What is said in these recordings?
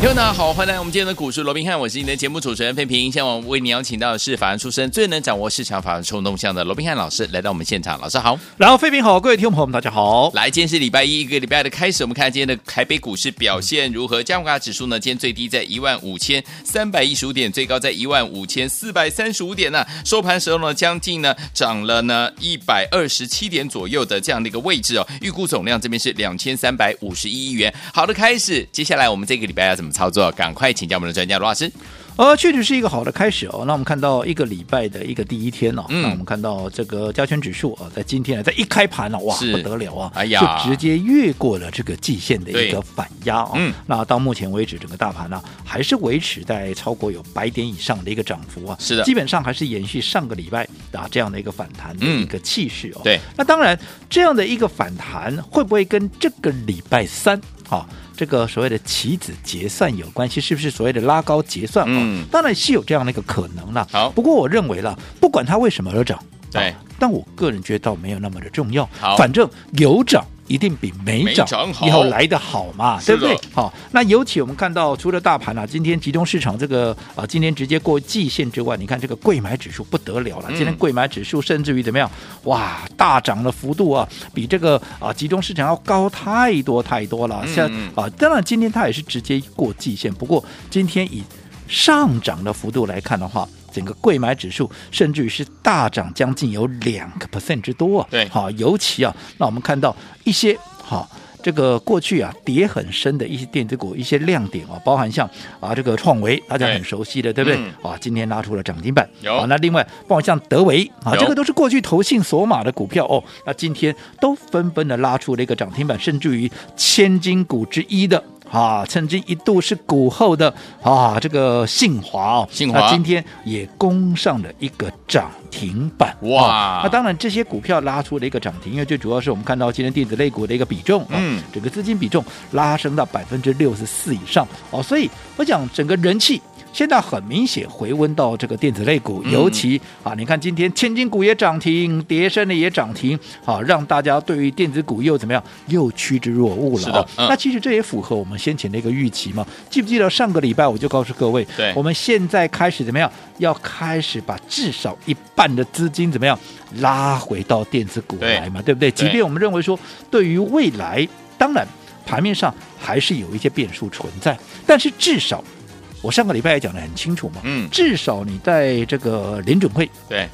听众大家好，欢迎来我们今天的股市罗宾汉，我是你的节目主持人费平。现在我为你邀请到的是法案出身、最能掌握市场法案冲动向的罗宾汉老师来到我们现场。老师好，然后，费平好，各位听众朋友们，大家好。来，今天是礼拜一，一个礼拜的开始，我们看今天的台北股市表现如何？加权指数呢，今天最低在一万五千三百一十五点，最高在一万五千四百三十五点呢、收盘时候呢，将近呢涨了呢一百二十七点左右的这样的一个位置哦。预估总量这边是两千三百五十一亿元。好的，开始，接下来我们这个礼拜要怎么操作？赶快请教我们的专家罗老师。呃，确实是一个好的开始哦。那我们看到一个礼拜的一个第一天哦，嗯那我们看到这个加权指数啊，在今天啊，在一开盘了、哇，是不得了啊，哎呀就直接越过了这个季线的对一个反压啊、嗯那到目前为止，整个大盘呢、还是维持在超过有百点以上的一个涨幅啊，是的基本上还是延续上个礼拜啊这样的一个反弹的嗯一个气势哦。对，那当然，这样的一个反弹会不会跟这个礼拜三啊？这个所谓的棋子结算有关系，是不是所谓的拉高结算啊？嗯当然是有这样的一个可能啦。好不过我认为啦，不管它为什么而涨，对啊但我个人觉得倒没有那么的重要。好反正有涨。一定比没没涨涨好要来的好嘛，是对的不对？好，那尤其我们看到，除了大盘啊，今天集中市场这个啊，今天直接过季线之外，你看这个贵买指数不得了了，嗯今天贵买指数甚至于怎么样？哇，大涨的幅度啊，比这个啊集中市场要高太多太多了。像嗯啊，当然今天它也是直接过季线，不过今天以上涨的幅度来看的话，整个贵买指数甚至于是大涨将近有两个 percent 之多、啊。对好、尤其啊，那我们看到一些好。这个过去啊跌很深的一些电子股一些亮点啊，包含像啊这个创维，大家对很熟悉的，对不对？嗯啊，今天拉出了涨停板。有啊，那另外包括像德维啊，有这个都是过去投信索马的股票哦，那今天都纷纷的拉出了一个涨停板，甚至于千金股之一的。啊，曾经一度是股后的啊，这个信华哦，信华那今天也攻上了一个涨停板哇哦那当然，这些股票拉出了一个涨停，因为最主要是我们看到今天电子类股的一个比重，哦嗯整个资金比重拉升到百分之六十四以上哦，所以我讲整个人气。现在很明显回温到这个电子类股，嗯尤其啊，你看今天千金股也涨停，叠升的也涨停，啊，让大家对于电子股又怎么样，又趋之若鹜了、是哦。的嗯那其实这也符合我们先前的一个预期嘛。记不记得上个礼拜我就告诉各位，对我们现在开始怎么样，要开始把至少一半的资金怎么样拉回到电子股对来嘛，对不对？即便我们认为说，对于未来，当然盘面上还是有一些变数存在，但是至少我上个礼拜也讲得很清楚嘛，嗯至少你在这个联准会对，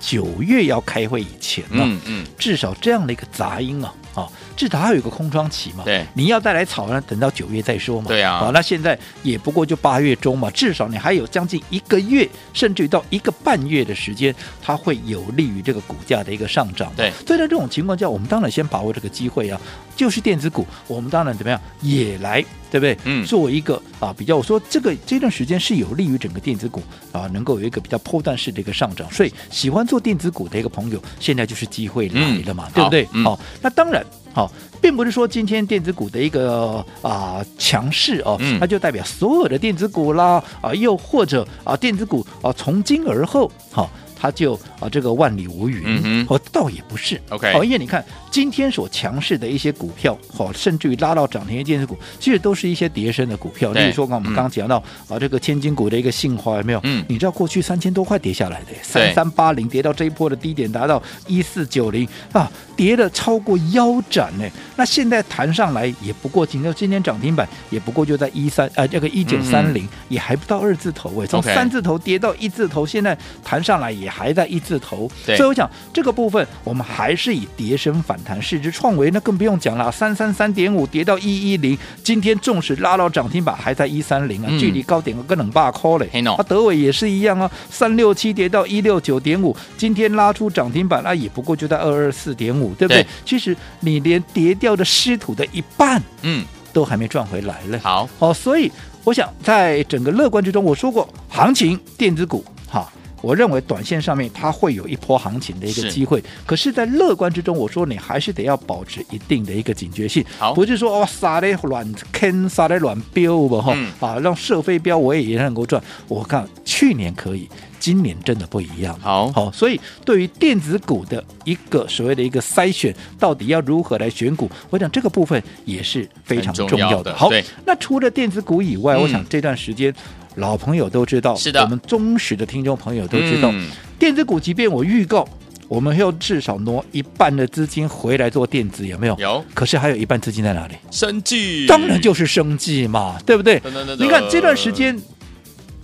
九月要开会以前呢、嗯嗯，至少这样的一个杂音啊，啊，至少还有一个空窗期嘛。对你要再来炒呢，等到九月再说嘛。对啊好，那现在也不过就八月中嘛，至少你还有将近一个月，甚至于到一个半月的时间，它会有利于这个股价的一个上涨。对所以在这种情况下，我们当然先把握这个机会啊，就是电子股，我们当然怎么样也来。对不对？嗯作为一个啊比较，我说这个这段时间是有利于整个电子股啊能够有一个比较波段式的一个上涨，所以喜欢做电子股的一个朋友，现在就是机会来了嘛，嗯对不对好？嗯好、那当然，好、并不是说今天电子股的一个啊、强势哦，嗯那就代表所有的电子股啦啊、又或者啊、电子股啊、从今而后好。它就啊，这个万里无云，嗯哦，倒也不是 OK 哦，因为你看今天所强势的一些股票，哦，甚至于拉到涨停的电子股，其实都是一些跌升的股票，对例如说刚我们嗯刚讲到、啊，这个千金股的一个信华有没有？嗯你知道过去三千多块跌下来的，对三三八零跌到这一波的低点达到一四九零啊，跌了超过腰斩呢。那现在弹上来也不过，今天今天涨停板也不过就在一三呃这个一九三零，也还不到二字头哎，嗯从 OK 三字头跌到一字头，现在弹上来也还在一字头。对所以我想这个部分我们还是以跌升反弹，市值创维那更不用讲了，三三三点五跌到一一零，今天纵使拉到涨停板还在一三零啊，嗯距离高点有个冷霸 call 嘞。嘿喏啊，德伟也是一样啊，三六七跌到一六九点五，今天拉出涨停板，那、啊也不过就在二二四点五，对不对？对其实你连跌掉的失土的一半嗯，都还没赚回来嘞。好，哦，所以我想在整个乐观之中，我说过，行情电子股哈。我认为短线上面它会有一波行情的一是个机会，可是，在乐观之中，我说你还是得要保持一定的一个警觉性好，不是说哦杀的乱坑，杀的乱标吧哈嗯，啊，让射飞镖我也也能够赚。我看去年可以，今年真的不一样。好好、所以对于电子股的一个所谓的一个筛选，到底要如何来选股，我想这个部分也是非常很重重要的。要的好对，那除了电子股以外，嗯我想这段时间老朋友都知道，是的我们忠实的听众朋友都知道，嗯电子股即便我预告。我们要至少挪一半的资金回来做电子，有没有？有可是还有一半资金在哪里？生计，当然就是生计嘛，对不对噔噔噔噔？你看这段时间，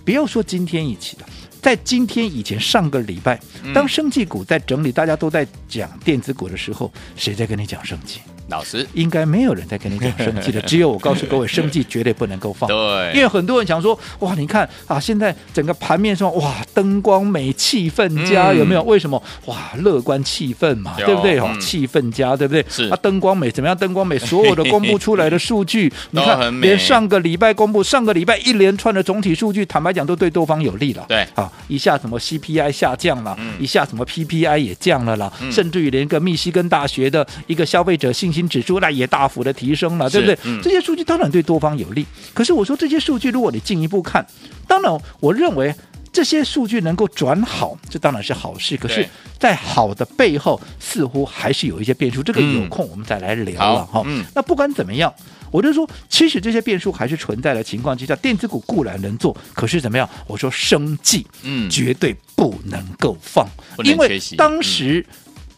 不要说今天一起的，在今天以前上个礼拜嗯，当生技股在整理，大家都在讲电子股的时候，谁在跟你讲生技？老师，应该没有人在跟你讲生技的，只有我告诉各位，生技绝对不能够放。因对，为很多人想说，哇，你看啊，现在整个盘面上，哇，灯光美，气氛佳，嗯有没有？为什么？哇，乐观气氛嘛，有对不对？哦，嗯气氛佳，对不对？是啊，灯光美，怎么样？灯光美，所有的公布出来的 数据，你都很看，美连上个礼拜公布，上个礼拜一连串的总体数据，坦白讲，都对多方有利了。对啊，一下什么 CPI 下降了，嗯一下什么 PPI 也降了啦，嗯甚至于连个密西根大学的一个消费者信心指数，那也大幅的提升了，对不是对？嗯这些数据当然对多方有利，可是我说这些数据，如果你进一步看，当然我认为。这些数据能够转好，这当然是好事。可是对，在好的背后，似乎还是有一些变数。这个有嗯空我们再来聊好了哈、嗯那不管怎么样，我就说，其实这些变数还是存在的情况之下，电子股固然能做，可是怎么样？我说生计，嗯绝对不能够放，不能因为缺席嗯当时。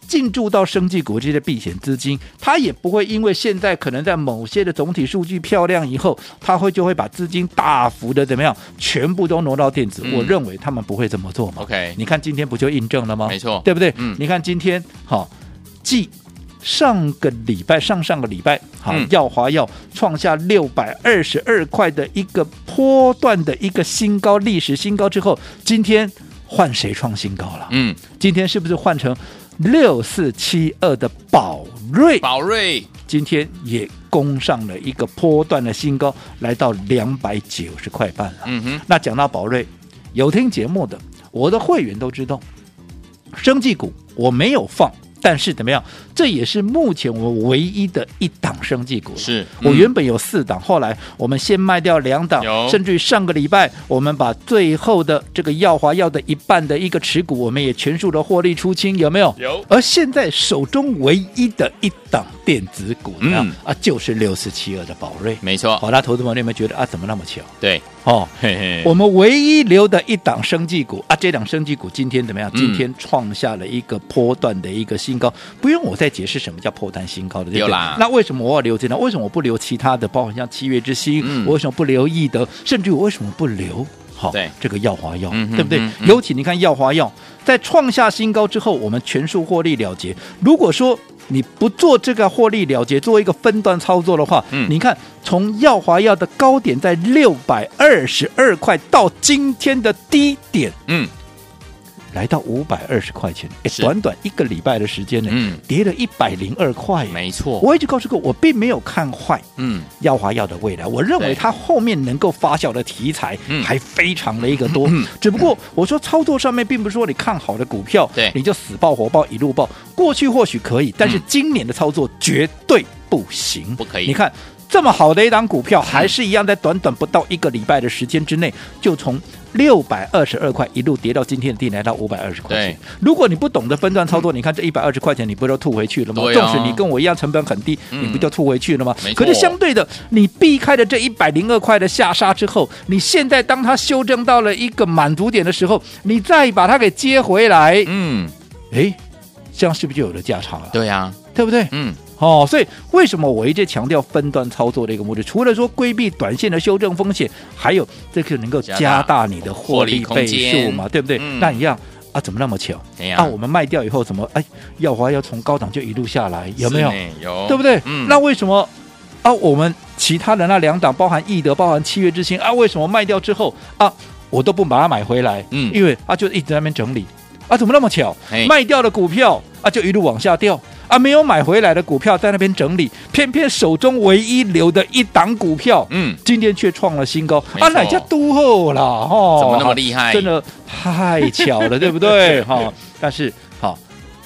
进驻到生技股这些避险资金，它也不会因为现在可能在某些的总体数据漂亮以后，它会就会把资金大幅的怎么样，全部都挪到电子。嗯我认为他们不会这么做嘛。 ，OK，你看今天不就印证了吗？没错对不对？嗯你看今天好、继上个礼拜、上上个礼拜，好、嗯耀华药创下六百二十二块的一个波段的一个新高，历史新高之后，今天换谁创新高了？嗯，今天是不是换成六四七二的宝瑞？宝瑞今天也攻上了一个波段的新高，来到两百九十块半了。嗯哼，那讲到宝瑞，有听节目的我的会员都知道，生技股我没有放，但是怎么样，这也是目前我唯一的一档生技股了。是我嗯原本有四档，后来我们先卖掉两档有，甚至于上个礼拜我们把最后的这个耀华药的一半的一个持股，我们也全数的获利出清，有没有？有而现在手中唯一的一档电子股呢，嗯啊，就是六四七二的宝瑞。没错，好，那投资朋友们觉得啊，怎么那么巧？对，哦，嘿嘿，我们唯一留的一档生技股啊，这档生技股今天怎么样？嗯今天创下了一个波段的一个新高，不用我再解释什么叫破段新高的，对有不对啦？那为什么我要留这档？为什么我不留其他的？包括像七月之星，嗯我为什么不留易德？甚至我为什么不留？好，对这个耀华药，嗯哼对不对？嗯哼尤其你看耀华药在创下新高之后，我们全数获利了结。如果说你不做这个获利了结，做一个分段操作的话，嗯你看从耀华药的高点在六百二十二块到今天的低点 嗯，来到五百二十块钱，诶是短短一个礼拜的时间呢，嗯跌了一百零二块耶。没错，我一直告诉过，我并没有看坏嗯，耀华药的未来，我认对为它后面能够发酵的题材嗯还非常的一个多。嗯只不过我说操作上面，并不是说你看好的股票，对你就死抱活抱一路抱。过去或许可以，但是嗯今年的操作绝对不行，不可以你看。这么好的一档股票，还是一样在短短不到一个礼拜的时间之内，就从六百二十二块一路跌到今天的低点，来到五百二十块对嗯钱。如果你不懂得分段操作，你看这一百二十块钱，你不就吐回去了吗？对啊纵使你跟我一样成本很低，嗯你不就吐回去了吗？没错可是相对的，你避开了这一百零二块的下杀之后，你现在当它修正到了一个满足点的时候，你再把它给接回来，嗯，诶，这样是不是就有了价差了？对呀，对不对？嗯，哦，所以为什么我一直强调分段操作的一个目的？除了说规避短线的修正风险，还有这个能够加加大大你的获获利利空倍间数嘛，对不对？嗯那一样啊，怎么那么巧？哎呀啊，我们卖掉以后怎么哎，耀华要从高档就一路下来，有没有是？呢？有，对不对？嗯，那为什么啊？我们其他的那两档，包含易德、包含七月之星啊，为什么卖掉之后啊，我都不把它买回来？嗯因为啊，就一直在那边整理啊，怎么那么巧嘿？卖掉的股票啊，就一路往下掉。啊，没有买回来的股票在那边整理，偏偏手中唯一留的一档股票，嗯今天却创了新高没错啊，哪家都后了哦，怎么那么厉害真的太巧 了，对不对？哈、但是好、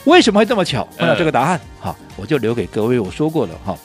为什么会这么巧？呃问到这个答案，好、我就留给各位，我说过了哈、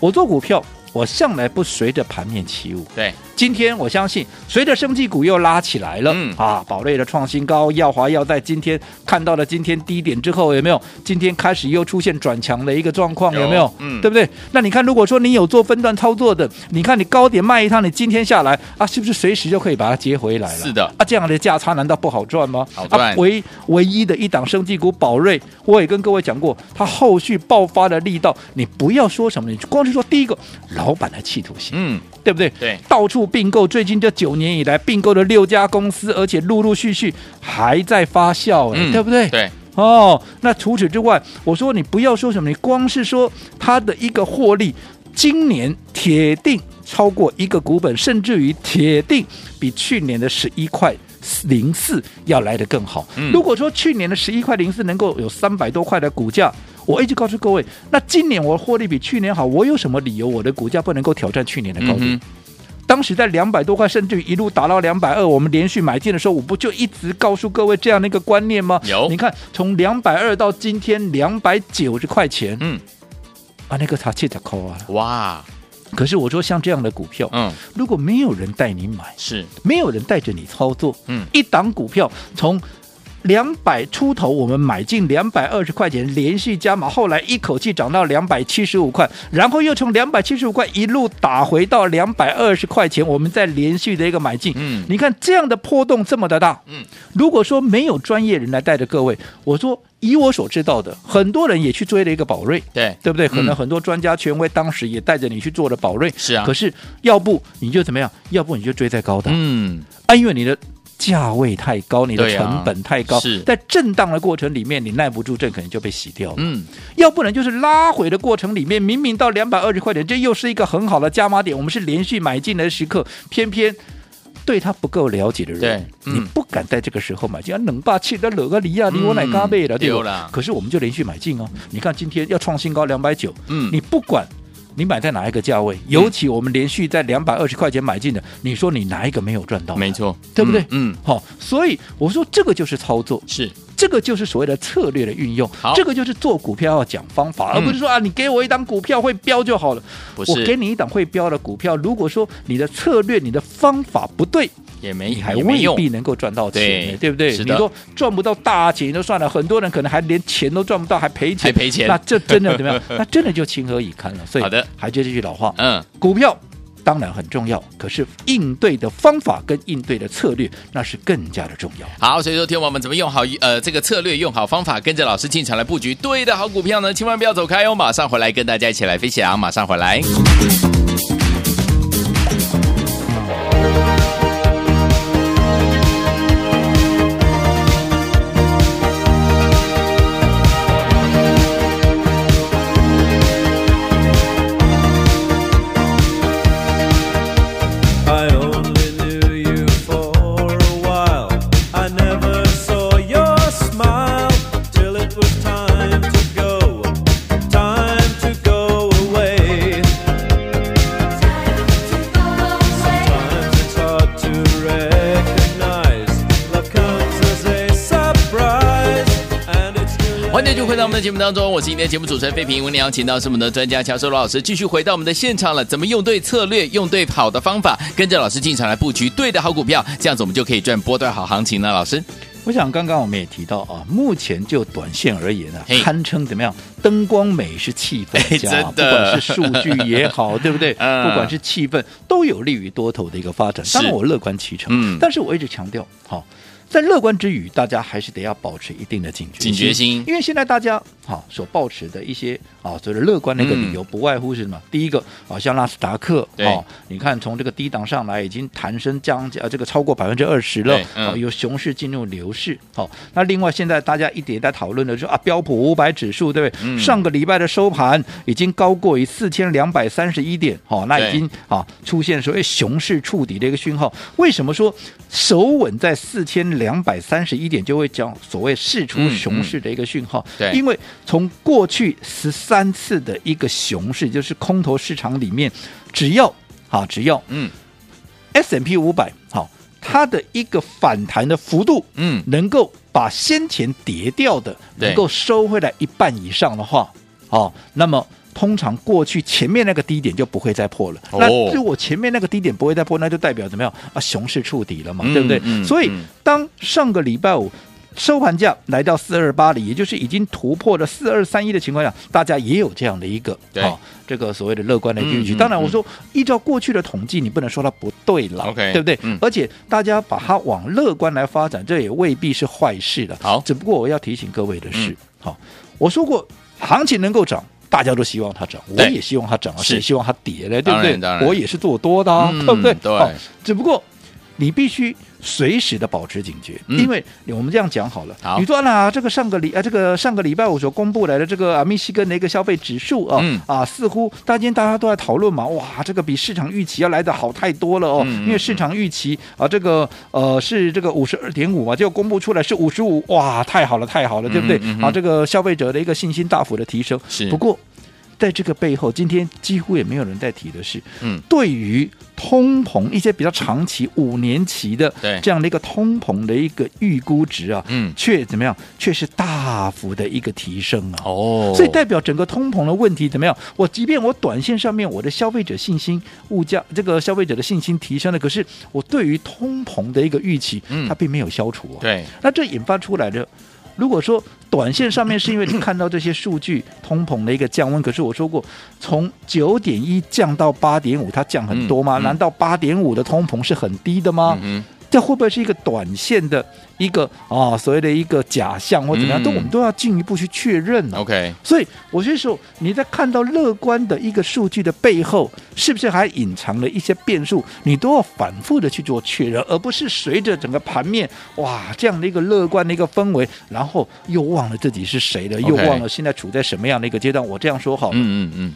我做股票，我向来不随着盘面起舞。对，今天我相信，随着生技股又拉起来了，嗯啊，宝瑞的创新高，耀华要在今天看到了今天低点之后，有没有？今天开始又出现转强的一个状况，有有没有？嗯对不对？那你看，如果说你有做分段操作的，你看你高点卖一趟，你今天下来啊，是不是随时就可以把它接回来了？是的嗯啊，这样的价差难道不好赚吗？好赚啊唯唯一的一档生技股宝瑞，我也跟各位讲过，它后续爆发的力道，你不要说什么，你光是说第一个老板的企图心。嗯，对不对？对到处并购，最近这九年以来并购了六家公司，而且陆陆续续还在发酵、哎嗯对不对？对，哦，那除此之外，我说你不要说什么，你光是说它的一个获利，今年铁定超过一个股本，甚至于铁定比去年的十一块。零四要来得更好。嗯如果说去年的十一块零四能够有三百多块的股价，我一直告诉各位，那今年我获利比去年好，我有什么理由我的股价不能够挑战去年哎的高点？嗯哼，当时在两百多块，甚至于一路打到两百二，我们连续买进的时候，我不就一直告诉各位这样的一个观念吗？有你看从两百二到今天两百九十块钱，嗯，啊，那个它气得抠啊！哇，可是我说像这样的股票，嗯，如果没有人带你买，是，没有人带着你操作，嗯一档股票从。两百出头，我们买进两百二十块钱，连续加码，后来一口气涨到两百七十五块，然后又从两百七十五块一路打回到两百二十块钱，我们再连续的一个买进。嗯你看这样的波动这么的大，嗯，如果说没有专业人来带着各位，我说以我所知道的，很多人也去追了一个宝瑞，对，对不对？可嗯能很多专家权威当时也带着你去做了宝瑞，是啊可是要不你就怎么样？要不你就追在高档，嗯，啊，因为你的价位太高，你的对啊成本太高，是在震荡的过程里面，你耐不住震，可能就被洗掉了。嗯，要不然就是拉回的过程里面，明明到两百二十块钱，这又是一个很好的加码点，我们是连续买进的时刻，偏偏。对他不够了解的人，对嗯你不敢在这个时候买进，啊，冷霸气的冷个离啊，你我奶咖贝了，嗯对不对啦可是我们就连续买进哦，你看今天要创新高两百九，嗯你不管你买在哪一个价位，尤其我们连续在两百二十块钱买进的，你说你哪一个没有赚到？没，错，对不对嗯，嗯好、所以我说这个就是操作，是，这个就是所谓的策略的运用好，嗯这个就是做股票要讲方法，而不是说啊，你给我一档股票会标就好了。不是我给你一档会标的股票，如果说你的策略、你的方法不对，也没，你还也没未用，必能够赚到钱对呢，对不对？是你的说赚不到大钱就算了，很多人可能还连钱都赚不到，还赔还钱，赔钱那，这真的怎 么样？那真的就情何以堪了。所以好的，还是这句老话，嗯，股票当然很重要，可是应对的方法跟应对的策略那是更加的重要。好，所以说听我们怎么用好呃这个策略，用好方法，跟着老师进场来布局对的好股票呢，千万不要走开哦，马上回来跟大家一起来分享，马上回来。嗯 I only knew you for a while. I never saw your smile till it was time to go, time to go away. Sometimes it's hard to recognize. Love comes as a surprise, and it's still. 欢迎继续回到我们的节目当中，我是今天的节目主持人费平。我们邀请到是我们的专家乔收罗老师，继续回到我们的现场了。怎么用对策略，用对好的方法，跟着老师进场来布局对的好股票，这样子我们就可以赚波段好行情了。老师，我想刚刚我们也提到啊，目前就短线而言啊嘿，堪称怎么样？灯光美是气氛佳， 哎真不的管是数据也好，对不对？ 嗯不管是气氛，都有利于多头的一个发展。当然，是我乐观其成。嗯但是我一直强调，好、在乐观之余，大家还是得要保持一定的警觉警觉心因为现在大家好、所抱持的一些啊，所谓的乐观的一个理由，不外乎是什么？第一个啊，像纳斯达克嗯对哦，你看从这个低档上来，已经弹升将近啊，这个超过百分之二十了对，嗯哦有熊市进入牛市。好、那另外现在大家一直也在讨论的就是啊，标普五百指数对不对？嗯上个礼拜的收盘已经高过于四千两百三十一点，好、那对已经啊啊出现说哎熊市触底的一个讯号。为什么说首稳在四千两百三十一点就会讲所谓试出嗯熊市的一个讯号。对因为从过去十三次的一个熊市，就是空头市场里面，只要啊只要嗯 S M P 五百好，它的一个反弹的幅度，嗯能够把先前跌掉的对能够收回来一半以上的话，哦，那么。通常过去前面那个低点就不会再破了。哦那如果前面那个低点不会再破，那就代表怎么样啊？熊市触底了嘛，嗯对不对？嗯所以嗯当上个礼拜五收盘价来到四二八里，也就是已经突破了四二三一的情况下，大家也有这样的一个对好这个所谓的乐观的预期。嗯嗯当然，我说依照过去的统计，你不能说它不对了 OK，对不对？嗯而且大家把它往乐观来发展，这也未必是坏事了。好只不过我要提醒各位的是，嗯好，我说过行情能够涨。大家都希望它涨，我对也希望它涨啊，是谁希望它跌嘞？对不当然当然对？我也是做多的啊，嗯对不对？对好只不过你必须随时的保持警觉，嗯因为我们这样讲好了。好你说啊，这个上个礼啊，这个上个礼拜我所公布来的这个啊密西根的一个消费指数啊、嗯啊，似乎大家今天大家都在讨论嘛，哇，这个比市场预期要来的好太多了哦，嗯嗯因为市场预期啊这个呃是这个五十二点五嘛，结果公布出来是五十五，哇，太好了太好了，对不对？嗯嗯嗯啊，这个消费者的一个信心大幅的提升。是不过。在这个背后，今天几乎也没有人在提的是，嗯对于通膨一些比较长期五年期的对这样的一个通膨的一个预估值啊，嗯却怎么样，却是大幅的一个提升啊。哦所以代表整个通膨的问题怎么样？我即便我短线上面我的消费者信心、物价这个消费者的信心提升了，可是我对于通膨的一个预期，嗯它并没有消除、啊。对那这引发出来的，如果说短线上面是因为你看到这些数据通膨的一个降温，可是我说过，从九点一降到八点五，它降很多吗？嗯嗯难道八点五的通膨是很低的吗？嗯这会不会是一个短线的一个啊、所谓的一个假象或怎么样？嗯都我们都要进一步去确认哼啊呢、 ，OK，所以，我是说，你在看到乐观的一个数据的背后，是不是还隐藏了一些变数？你都要反复的去做确认，而不是随着整个盘面哇这样的一个乐观的一个氛围，然后又忘了自己是谁了，又 OK 忘了现在处在什么样的一个阶段。我这样说好了，嗯嗯嗯，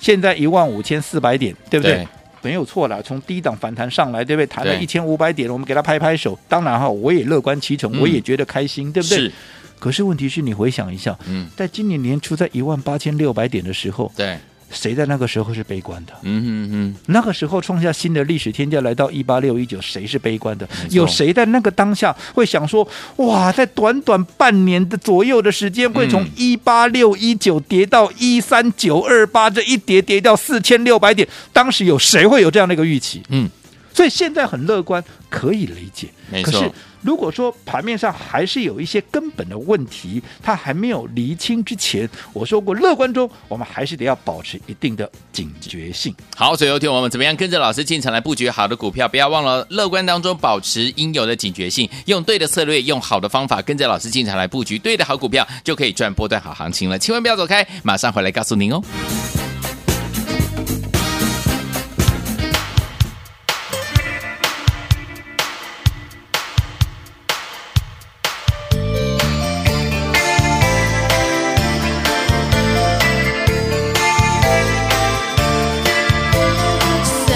现在一万五千四百点，对不对？对没有错啦，从低档反弹上来，对不对？弹了对一千五百点，我们给他拍拍手。当然哈，我也乐观其成，嗯我也觉得开心，对不对？是可是问题是你回想一下，嗯在今年年初在一万八千六百点的时候，对，谁在那个时候是悲观的？嗯嗯那个时候创下新的历史天价，来到一八六一九，谁是悲观的？错有谁在那个当下会想说，哇，在短短半年的左右的时间，会从嗯一八六一九跌到一三九二八，这一跌跌到四千六百点，当时有谁会有这样的一个预期？嗯，所以现在很乐观，可以理解。没可错是如果说盘面上还是有一些根本的问题，它还没有厘清之前，我说过，乐观中我们还是得要保持一定的警觉性。好，所以有听我们怎么样跟着老师进场来布局好的股票，不要忘了乐观当中保持应有的警觉性，用对的策略，用好的方法，跟着老师进场来布局对的好股票，就可以赚波段好行情了。千万不要走开，马上回来告诉您哦。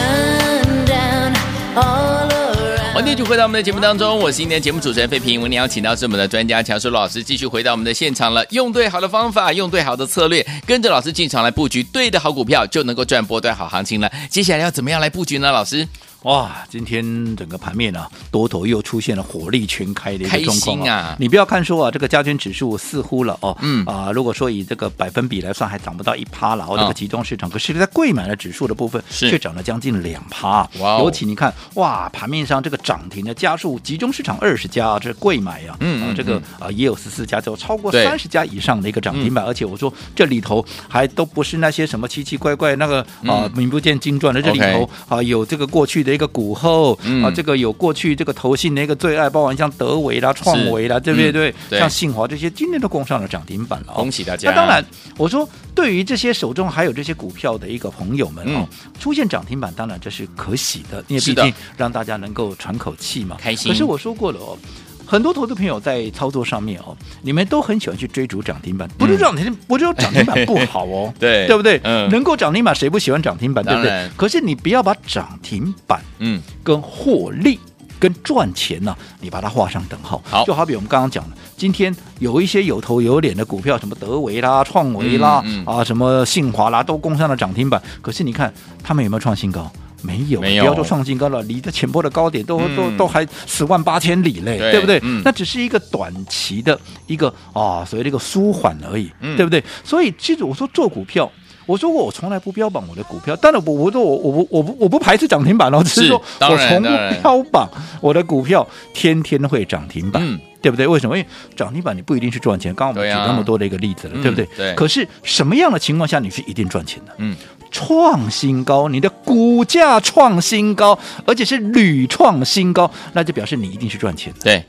sundown all around. 欢迎继续回到我们的节目当中，我是今天的节目主持人费平。我们邀请到是我们的专家乔叔老师，继续回到我们的现场了。用对好的方法，用对好的策略，跟着老师进场来布局对的好股票，就能够赚波段好行情了。接下来要怎么样来布局呢？老师，哇，今天整个盘面啊，多头又出现了火力全开的一开个心状况啊你不要看说啊，这个加权指数似乎了哦，嗯啊、如果说以这个百分比来算，还涨不到一趴了哦，这啊个集中市场，可是在贵买的指数的部分是却涨了将近两趴。哇哦尤其你看，哇，盘面上这个涨停的家数，集中市场二十家啊，这贵买呀、啊，嗯嗯啊这个嗯啊、也有十四家，就超过对嗯三十家以上的一个涨停板，而且我说这里头还都不是那些什么奇奇怪怪那个啊、名不见经传的，这里嗯 OK 头啊，有这个过去的一个股后、嗯啊，这个有过去这个投信的一个最爱，包含像德维啦、创维啦，对嗯不对？对，对像信华这些，今天都攻上了涨停板了、哦。恭喜大啊家那当然，我说对于这些手中还有这些股票的一个朋友们哦，出现涨停板，当然这是可喜的，因为嗯是毕的竟让大家能够喘口气嘛，开心可是我说过了哦。很多投资朋友在操作上面哦，你们都很喜欢去追逐涨停板，嗯不是涨停，不是说涨停板不好哦， 对对不对？嗯能够涨停板谁不喜欢涨停板，对不当然对？可是你不要把涨停板嗯，跟获利跟赚钱呢、你把它画上等号。好就好比我们刚刚讲的，今天有一些有头有脸的股票，什么德维啦、创维啦、嗯嗯啊，什么信华啦，都攻上了涨停板。可是你看他们有没有创新高？没有，啊没有不要说创新高了，离的前波的高点都、都嗯都还十万八千里嘞，对不对？嗯那只是一个短期的一个啊，所谓的一个舒缓而已，嗯对不对？所以记住，我说做股票。我说过，我从来不标榜我的股票，当然我我我我不我不我不排斥涨停板哦，只是 是说当我然从当然不标榜我的股票天天会涨停板，嗯对不对？为什么？因为涨停板你不一定是赚钱，刚刚我们对举啊那么多的一个例子了，嗯对不对？对可是什么样的情况下你是一定赚钱的？嗯，创新高，你的股价创新高，而且是屡创新高，那就表示你一定是赚钱的。对，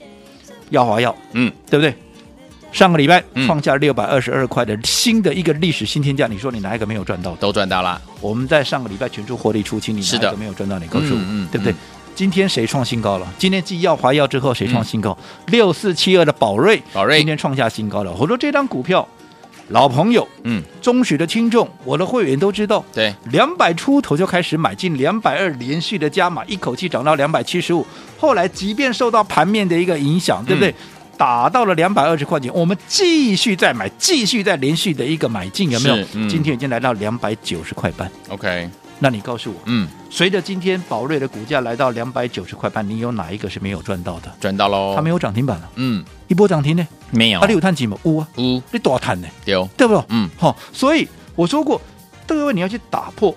耀华耀，嗯，对不对？上个礼拜嗯创下六百二十二块的新的一个历史新天价，你说你哪一个没有赚到的？都赚到了，我们在上个礼拜全数获利出清，你是哪一的个没有赚到？你告诉我嗯嗯，对不对嗯？今天谁创新高了？今天继耀华药之后，谁创新高？六四七二的宝瑞，嗯宝瑞今天创下新高了。我说这张股票，老朋友，嗯，忠实的听众，我的会员都知道，对，两百出头就开始买进，两百二连续的加码，一口气涨到两百七十五。后来即便受到盘面的一个影响，对不对？嗯打到了两百二十块钱，我们继续再买，继续再连续的一个买进，有没有是？嗯今天已经来到两百九十块半。 ，OK，那你告诉我，嗯，随着今天宝瑞的股价来到两百九十块半，你有哪一个是没有赚到的？赚到喽，它没有涨停板了，嗯，一波涨停呢？哦没有啊，你有探几吗？有啊，五你多探呢？丢，对不？嗯好、所以我说过，各位你要去打破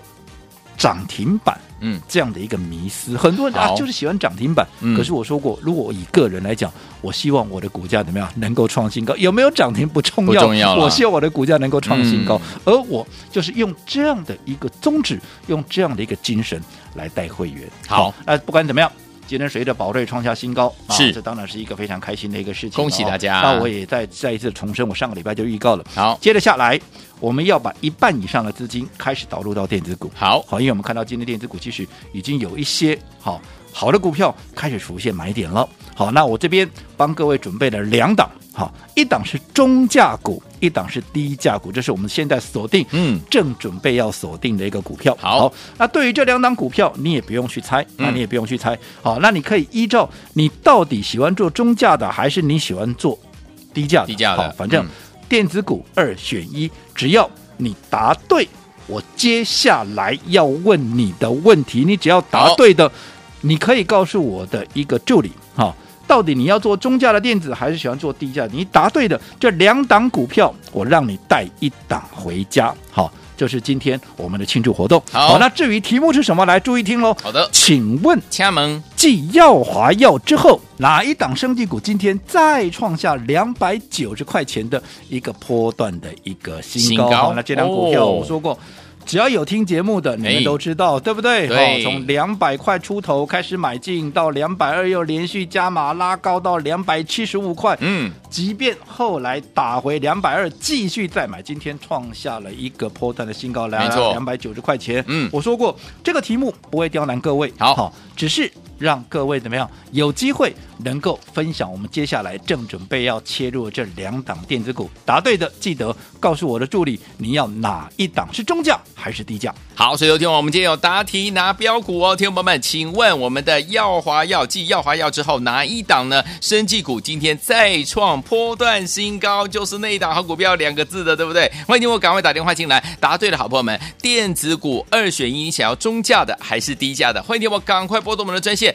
涨停板嗯，这样的一个迷思。很多人啊好，就是喜欢涨停板。嗯可是我说过，如果我以个人来讲，我希望我的股价怎么样能够创新高，有没有涨停不重不要，重要嗯了我希望我的股价能够创新高。而我就是用这样的一个宗旨，用这样的一个精神来带会员。好那不管怎么样。今天随着宝瑞创下新高，啊是这当然是一个非常开心的一个事情哦。恭喜大家那我也再再一次重申，我上个礼拜就预告了，好，接着下来，我们要把一半以上的资金开始导入到电子股。好好，因为我们看到今天电子股其实已经有一些好好的股票开始出现买点了。好，那我这边帮各位准备了两档，好，一档是中价股，一档是低价股，这是我们现在锁定，嗯，正准备要锁定的一个股票。好那对于这两档股票，你也不用去猜，那嗯你也不用去猜。好，那你可以依照你到底喜欢做中价的，还是你喜欢做低价的？低价的好反正嗯电子股二选一，只要你答对，我接下来要问你的问题，你只要答对的，你可以告诉我的一个助理，好、到底你要做中价的电子，还是喜欢做低价？你答对的这两档股票，我让你带一档回家，好。就是今天我们的庆祝活动。好那至于题目是什么，来注意听喽。好的请问加盟继耀华药之后，哪一档生技股今天再创下两百九十块钱的一个波段的一个新高？新高好那这档股票哦我说过。只要有听节目的，你哎们都知道，对不对？对从两百块出头开始买进，到两百二又连续加码拉高到两百七十五块，嗯，即便后来打回两百二，继续再买，今天创下了一个波段的新高，来没错两百九十块钱。嗯我说过这个题目不会刁难各位，好只是让各位怎么样有机会能够分享我们接下来正准备要切入的这两档电子股，答对的记得告诉我的助理你要哪一档是中价还是低价。好，所以有听我们今天有答题拿标股哦，听众朋友们，请问我们的耀华药继耀华药之后哪一档呢？生技股今天再创波段新高，就是那一档好股票两个字的，对不对？欢迎听我赶快打电话进来，答对的好朋友们，电子股二选一，想要中价的还是低价的？欢迎听我赶快拨通我们的专线，